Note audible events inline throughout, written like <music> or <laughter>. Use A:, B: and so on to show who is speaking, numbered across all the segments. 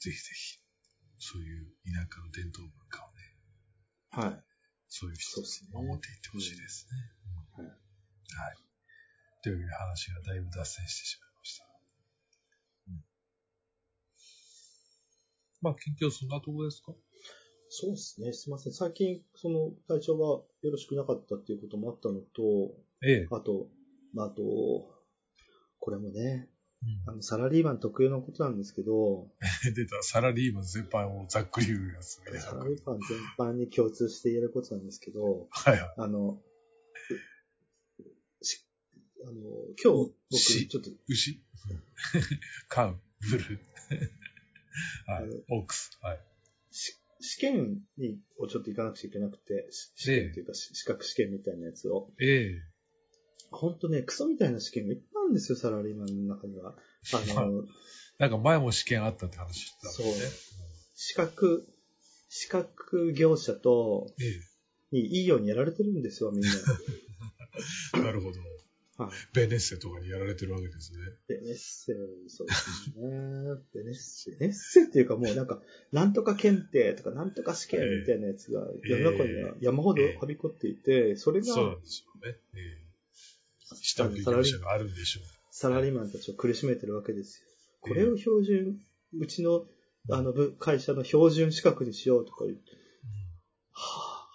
A: ぜひぜひ、そういう田舎の伝統文化をね、
B: はい。
A: そういう人たちに
B: そうですね
A: 守っていってほしいですね。
B: うん
A: はい。というわけで話がだいぶ脱線してしまいました。うん、まあ、近況そんなとこですか
B: そうですね。すいません。最近、その、体調がよろしくなかったっていうこともあったのと、
A: ええ。
B: あと、まあ、あと、これもね、
A: う
B: あの、サラリーマン特有のことなんですけど、
A: ん、 <laughs> 出た、サラリーマン全般をざっくり言うやつね。
B: サラリーマン全般に共通して言えることなんですけど、
A: はいは
B: あの、しあの、今日、僕、
A: し
B: ちょっと、
A: い。牛 <laughs> カン、ブル。 <laughs> はい
B: あの。
A: オックス。はい。
B: し試験に、をちょっと行かなくちゃいけなくて、し試験というか、し資格試験みたいなやつを。
A: ええ。
B: ほんとね、クソみたいな試験がいっぱいあるんですよ、サラリーマンの中には。あの、
A: なんか前も試験あったって話してたんでね。
B: 資格、資格業者と、
A: え
B: にいいようにやられてるんですよ、みん
A: <laughs>
B: な。
A: え。なるほど。
B: はい。
A: ベネッセとかにやられてるわけですね。
B: ベネッセ、そうですね。ベネッセ、ベネッセっていうかもうなんか、なんとか検定とかなんとか試験みたいなやつが世の中には山ほどはびこっていて、それが
A: そうなんですよね。ええ。下請け業者があるんでしょう。
B: サラリーマンたちを苦しめてるわけですよ。これを標準、うちの、あの、部会社の標準資格にしようとか言って、は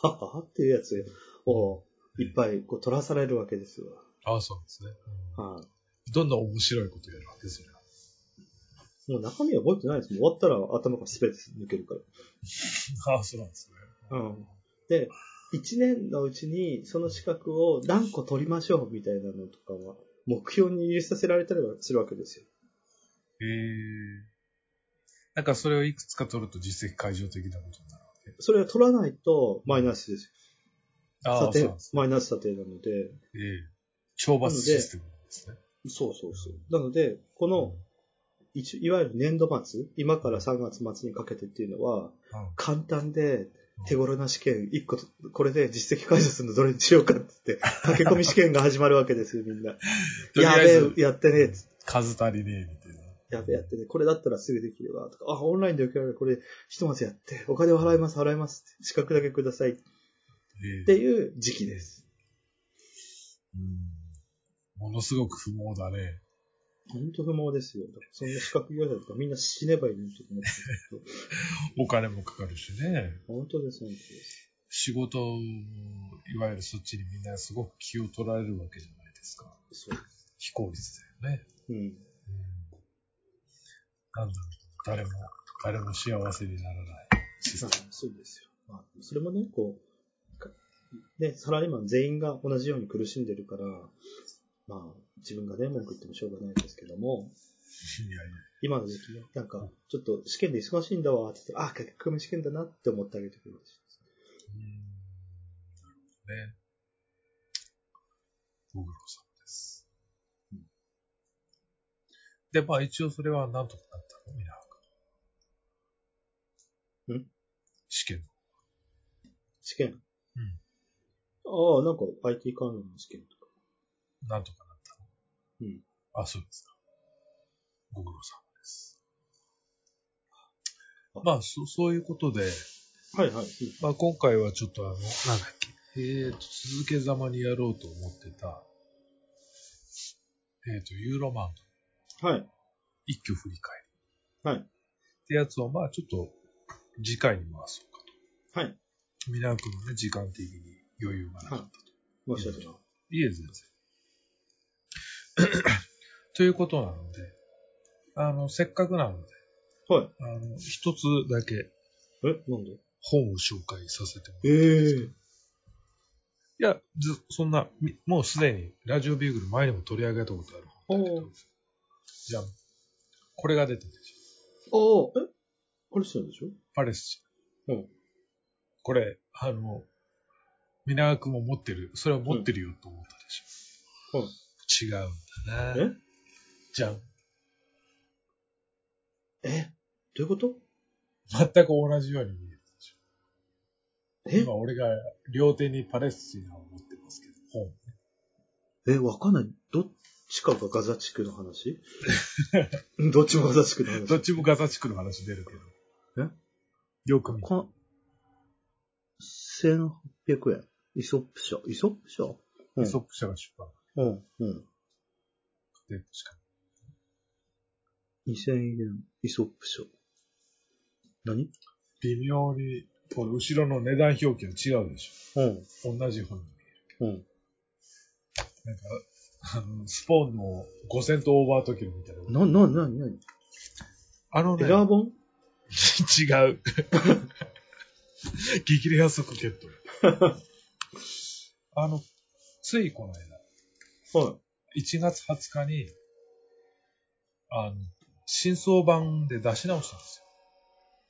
B: ぁ、はぁ、はぁっていうやつをいっぱいこう取らされるわけですよ。
A: ああ、そうなんですね。
B: はい、
A: どんどん面白いことやるわけですよ。
B: もう中身は覚えてないです。もう終わったら頭がすべて抜けるか
A: ああ、そうなんですね。
B: ら。うん。で、1年のうちにその資格を何個取りましょうみたいなのとかは、目標に入れさせられたりはするわけですよ。
A: ええ。なんかそれをいくつか取ると実績解除的なことになるわけ。
B: それは取らないとマイナスですよ。
A: あ
B: 査
A: あ、そう
B: 定
A: なんです、
B: マイナス査定なので。
A: ね。ええ。懲罰システムなんですね。
B: そうそうそう。なので、この、一いわゆる年度末、今から3月末にかけてっていうのは、
A: うん
B: 簡単で手頃な試験、一個と、これで実績解除するのどれにしようかって言って、
A: <laughs>
B: 駆け込み試験が始まるわけですよ、みんな。
A: とり
B: や
A: あえず
B: べえ、やってねえっつって、
A: 数足りねえみたいな。
B: やべえ、やってねえ、これだったらすぐできるわ、とか、あ、オンラインで受けられる、これ、ひとまずやって、お金を払います、払いますって、資格だけくださいっ
A: ええ
B: ていう時期です。
A: うんものすごく不毛だね。
B: ほんと不毛ですよ。だからそんな資格業者とかみんな死ねばいいのにと思ってるんです
A: お金もかかるしね。
B: けど、本当です、本当です。
A: 仕事を、いわゆるそっちにみんなすごく気を取られるわけじゃないですか。
B: そう。
A: 非効率だよね。
B: うん。
A: なんだろう。誰も、誰も幸せにならないシス
B: まあ
A: テム。、
B: そうですよ。まあ、それもね、こう、かね、サラリーマン全員が同じように苦しんでるから、まあ、自分がね、文句言ってもしょうがないですけども、
A: いやいや
B: 今の時期ね、なんか、ちょっと試験で忙しいんだわ、って言って、あ、結局試験だなって思ってあげてくれるし。
A: うんなるほどね。ご苦労さんです。で、まあ一応それはなんとかなったの皆
B: ん
A: 試験
B: 試験。ああ、なんか IT 関連の試験とか。
A: なんとかなったの
B: うん。
A: あ、そうですか。ご苦労様です。
B: あ
A: まあ、そそういうことで、
B: はいはい。
A: まあ今回はちょっとあの、なんだっけ、えーと、続けざまにやろうと思ってた、えーと、ユーロマンの
B: はい。
A: 一挙振り返り。
B: は
A: っ
B: い
A: てやつを、まあちょっと、次回に回そうか
B: はい。
A: と。ミラー君のね、時間的に余裕がなかった。
B: はい申し訳ない。
A: いえ、全然。 <clears throat> ということなので、あの、せっかくなので、
B: はい。
A: あの、一つだけ
B: えなんで
A: 本を紹介させてもらう。い
B: ええ
A: や、ずそんな、みもうすでに、ラジオビューグル前にも取り上げたことある本だけ
B: お
A: ど、じゃあ、これが出てるでしょ。
B: ああ、えパレスチナでしょ
A: パレスチナ。
B: うん
A: これ、あの、皆川君も持ってる、それは持ってるよと思ったでしょ。
B: うん
A: 違うんだな。
B: え
A: じゃん。
B: えどういうこと
A: 全く同じように見えるでしょ。
B: え
A: 今俺が両手にパレスチナを持ってますけど、本。
B: え、わかんない。どっちかがガザ地区の <laughs> 話どっちもガザ地区の
A: どっ
B: 話。
A: ちもガザ地区の話出るけど。
B: え
A: よく見て。
B: こ1800円。イソップ社。イソップ社うん
A: イソップ社が出版
B: うん。うん。
A: でしか。
B: 2000円。イソップ社。何
A: 微妙に、これ後ろの値段表記が違うでし
B: うん。
A: ょ。同じ本に。
B: うん。
A: なんか、あの、スポーンの5セントオーバートキルみたいな。
B: な、な、な、なに
A: あの
B: エ
A: ね、
B: ラー本
A: 違う。激レア速ゲット。あの、ついこの間、
B: は
A: 1月20日に、あの、新装版で出し直したんですよ。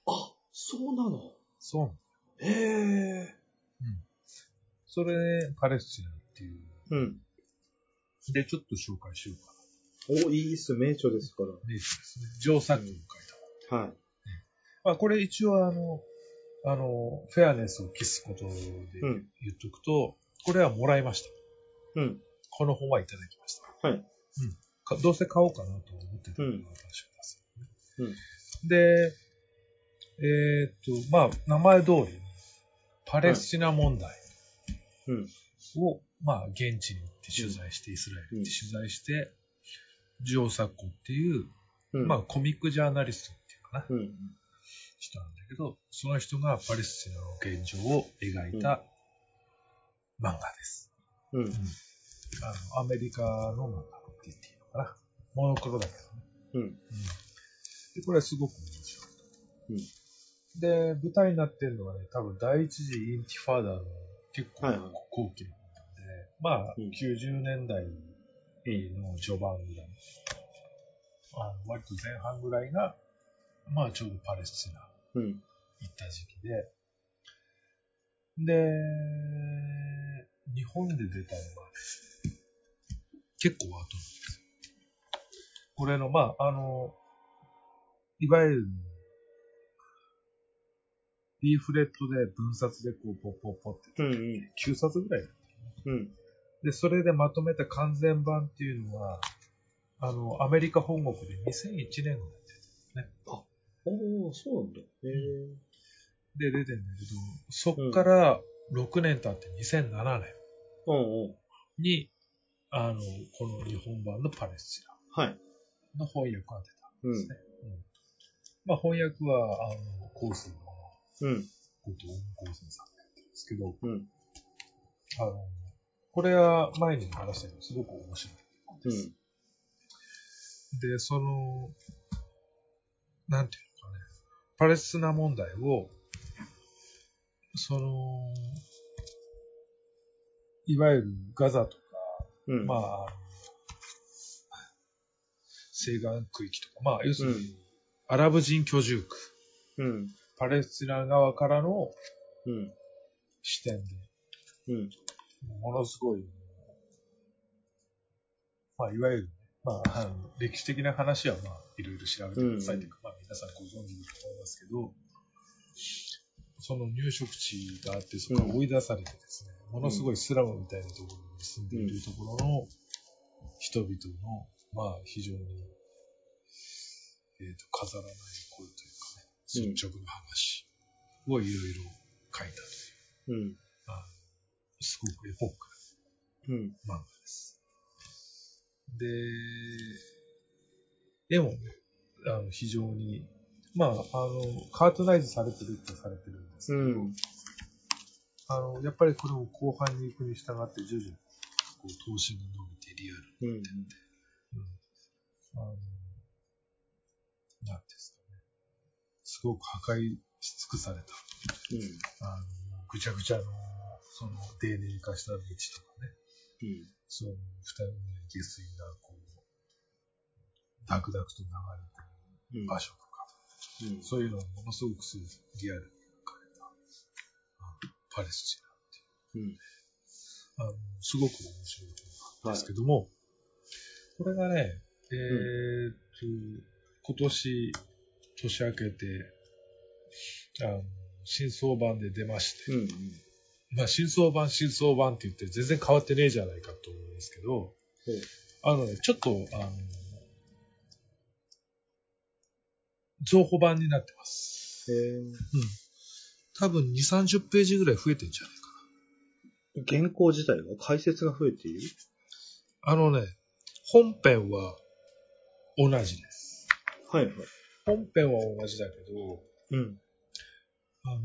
B: い。あ、そうなの
A: そうなの。
B: へえ。
A: それで、パレスチナっていう。
B: うん。
A: で、ちょっと紹介しようか
B: お、いいっす。名著ですから。
A: な。ね、ですね。上作品を書いた。
B: はい。
A: まあ、これ一応あの、あの、フェアネスを期すことで
B: う
A: 言
B: ん。
A: っとくと、これはもらいました。
B: うん。
A: この本はいただきました。
B: はい。
A: かどうせ買おうかなと思ってたのが
B: う
A: 私
B: ん
A: はですねで、えーっと、まあ、名前通り、パレスチナ問題
B: うん。
A: を、まあ、現地に行って取材して、イスラエルに行って取材して、ジオサッコっていう、
B: うん。
A: まあ、コミックジャーナリストっていうかな、
B: うん。
A: 人なんだけど、その人がパレスチナの現状を描いた漫画です。
B: うん。
A: あの、アメリカの漫画って言っていいのかな。モノクロだけどね。
B: うん。
A: で、これはすごく面白い。で、舞台になってるのはね、多分第一次インティファーダの結構
B: はいはい
A: 後期なんで、まあ、
B: うん
A: 90年代の序盤ぐらい、あの割と前半ぐらいが、まあちょうどパレスチナ
B: うん。
A: 行った時期で、で、日本で出たのが、結構後なんですよ。これの、まあ、あの、いわゆる、リーフレットで分冊でこう、ポッポッポって、
B: うん。
A: 9冊ぐらい
B: うん。
A: で、それでまとめた完全版っていうのは、あの、アメリカ本国で2001年ぐらい
B: おー、そうなんだ。へえ。
A: で出てんだけど、そっから6年経って2007年
B: うんうん。
A: に、あの、この日本版のパレスチ
B: はい。
A: ナの翻訳が出た。
B: う
A: ですねまあ翻訳は、あの、コースの
B: うん。
A: ことをコースさんがやってるんですけど、
B: うん。
A: あの、これは前にも話したけど、すごく面白い。
B: うん。
A: で、その、なんていうのかね、パレスチナ問題を、その、いわゆるガザとか、
B: うん。
A: まあ、西岸区域とか、まあ、要するに、
B: うん
A: アラブ人居住区、
B: うん。
A: パレスチナ側からの
B: うん。
A: 視点で、
B: うん。
A: ものすごい、まあ、いわゆる、まあ、あの歴史的な話は、まあ、いろいろ調べてくださいというか、まあ、皆さんご存知だと思いますけど、その入植地があって、そこから追い出されてですね、ものすごいスラムみたいなところに住んでいるところの人々の、まあ、非常に、えっ、と、飾らない声というかね、率直な話をいろいろ書いたという、
B: うん。
A: まあ、すごくエポックな
B: うん。
A: 漫画です。で、絵もね、あの非常に、まあ、あの、カートナイズされてるってされてるんですけど、
B: うん。
A: あの、やっぱりこれも後半に行くに従って徐々にこう、等身が伸びてリアル
B: うん。
A: あの、なんていうんですかね、すごく破壊し尽くされた、あの、ぐちゃぐちゃの、その、泥濘化した道とかね、その二人の下水がこう、ダクダクと流れて
B: う
A: る
B: ん。
A: 場所とか、そういうのがものすごくすリアルに描かれた、あのパレスチ
B: うん。
A: ナ。あのすごく面白い本なんですけども、これがね、えーっと、今年、年明けて、あの、新装版で出まして、
B: うん。
A: まあ、新装版、新装版って言って全然変わってねえじゃないかと思うんですけど、あのね、ちょっと、あの、情報版になってます。
B: えー
A: 多分2、30ページぐらい増えてんじゃないか
B: 原稿自体が解説が増えている
A: な。あのね、本編は同じです。
B: はいはい。
A: 本編は同じだけど、
B: うん。
A: あの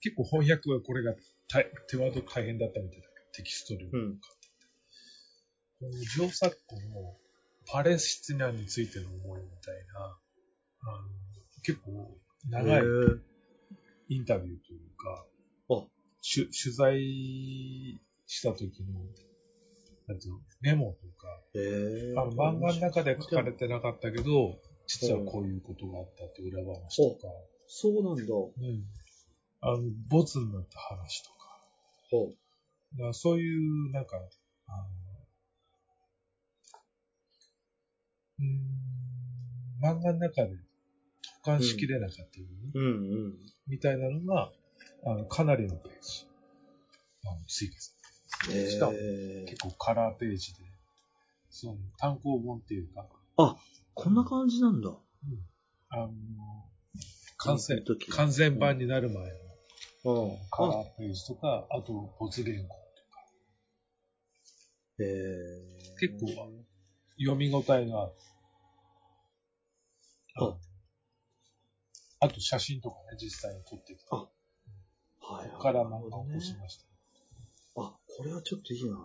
A: 結構翻訳はこれが大手間と大変だったみたいだけど、テキスト量。
B: うん。
A: この上作庫のパレスチナについての思いみたいな、あの結構長い
B: えー
A: インタビューというか、
B: あ
A: しゅ取材した時の、なんていうのメモとか、
B: えー
A: あの漫画の中で書かれてなかったけど、実はこういうことがあったって裏話とか、
B: そうなんだ。
A: うん、あの、ボツになった話とか、
B: ほう。
A: だからそういう、なんか、あの、うーん、漫画の中で保管しきれなかったよね、
B: うんうん。
A: みたいなのが、あの、かなりのページ、あの、追加されてますしかも
B: えー
A: 結構カラーページで、その単行本っていうか、
B: こんな感じなんだ。
A: あの、完成
B: この時、
A: 完全版になる前の
B: うん。
A: カラーページとか、あと、没言語。
B: えー
A: 結構読み応えがある。
B: あ
A: あと写真とかね、実際に撮ってきて、
B: あ
A: こ
B: はいはい。
A: こから
B: なる
A: 漫
B: ほ
A: 画
B: ど
A: を
B: ね
A: 起こしました。
B: あ、これはちょっといいな。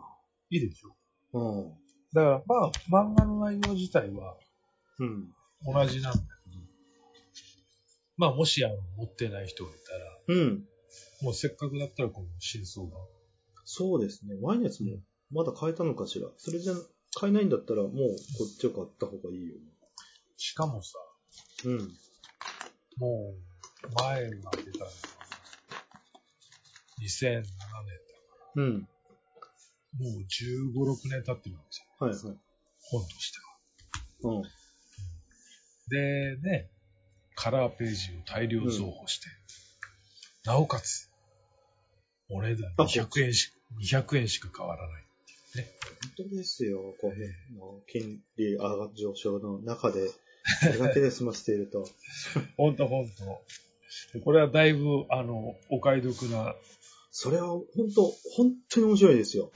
A: いいでしょ
B: うん。
A: だから、まあ、漫画の内容自体は
B: うん。
A: 同じなんだけど、まあ、もしあの持ってない人がいたら、
B: うん。
A: もうせっかくだったらこの真相版。
B: そうですね。ワイのやつもまだ変えたのかしら。それじゃ、変えないんだったらもうこっちを買った方がいいよ。
A: しかもさ、
B: うん。
A: もう前が出たのは、2007年だ
B: うん。
A: もう15、6年経ってるわけじゃん。
B: はいはい。
A: 本としては。
B: うん。
A: で、ね、カラーページを大量増補して、なおかつ、お値段
B: あ
A: 200円しか、200円しか変わらない。
B: 本当ですよ。こうね、あの金利上が上昇の中で、これだけで済ませていると。
A: ほんとほんと。これはだいぶ、あの、お買い得な、
B: それは本当、本当に面白いですよ。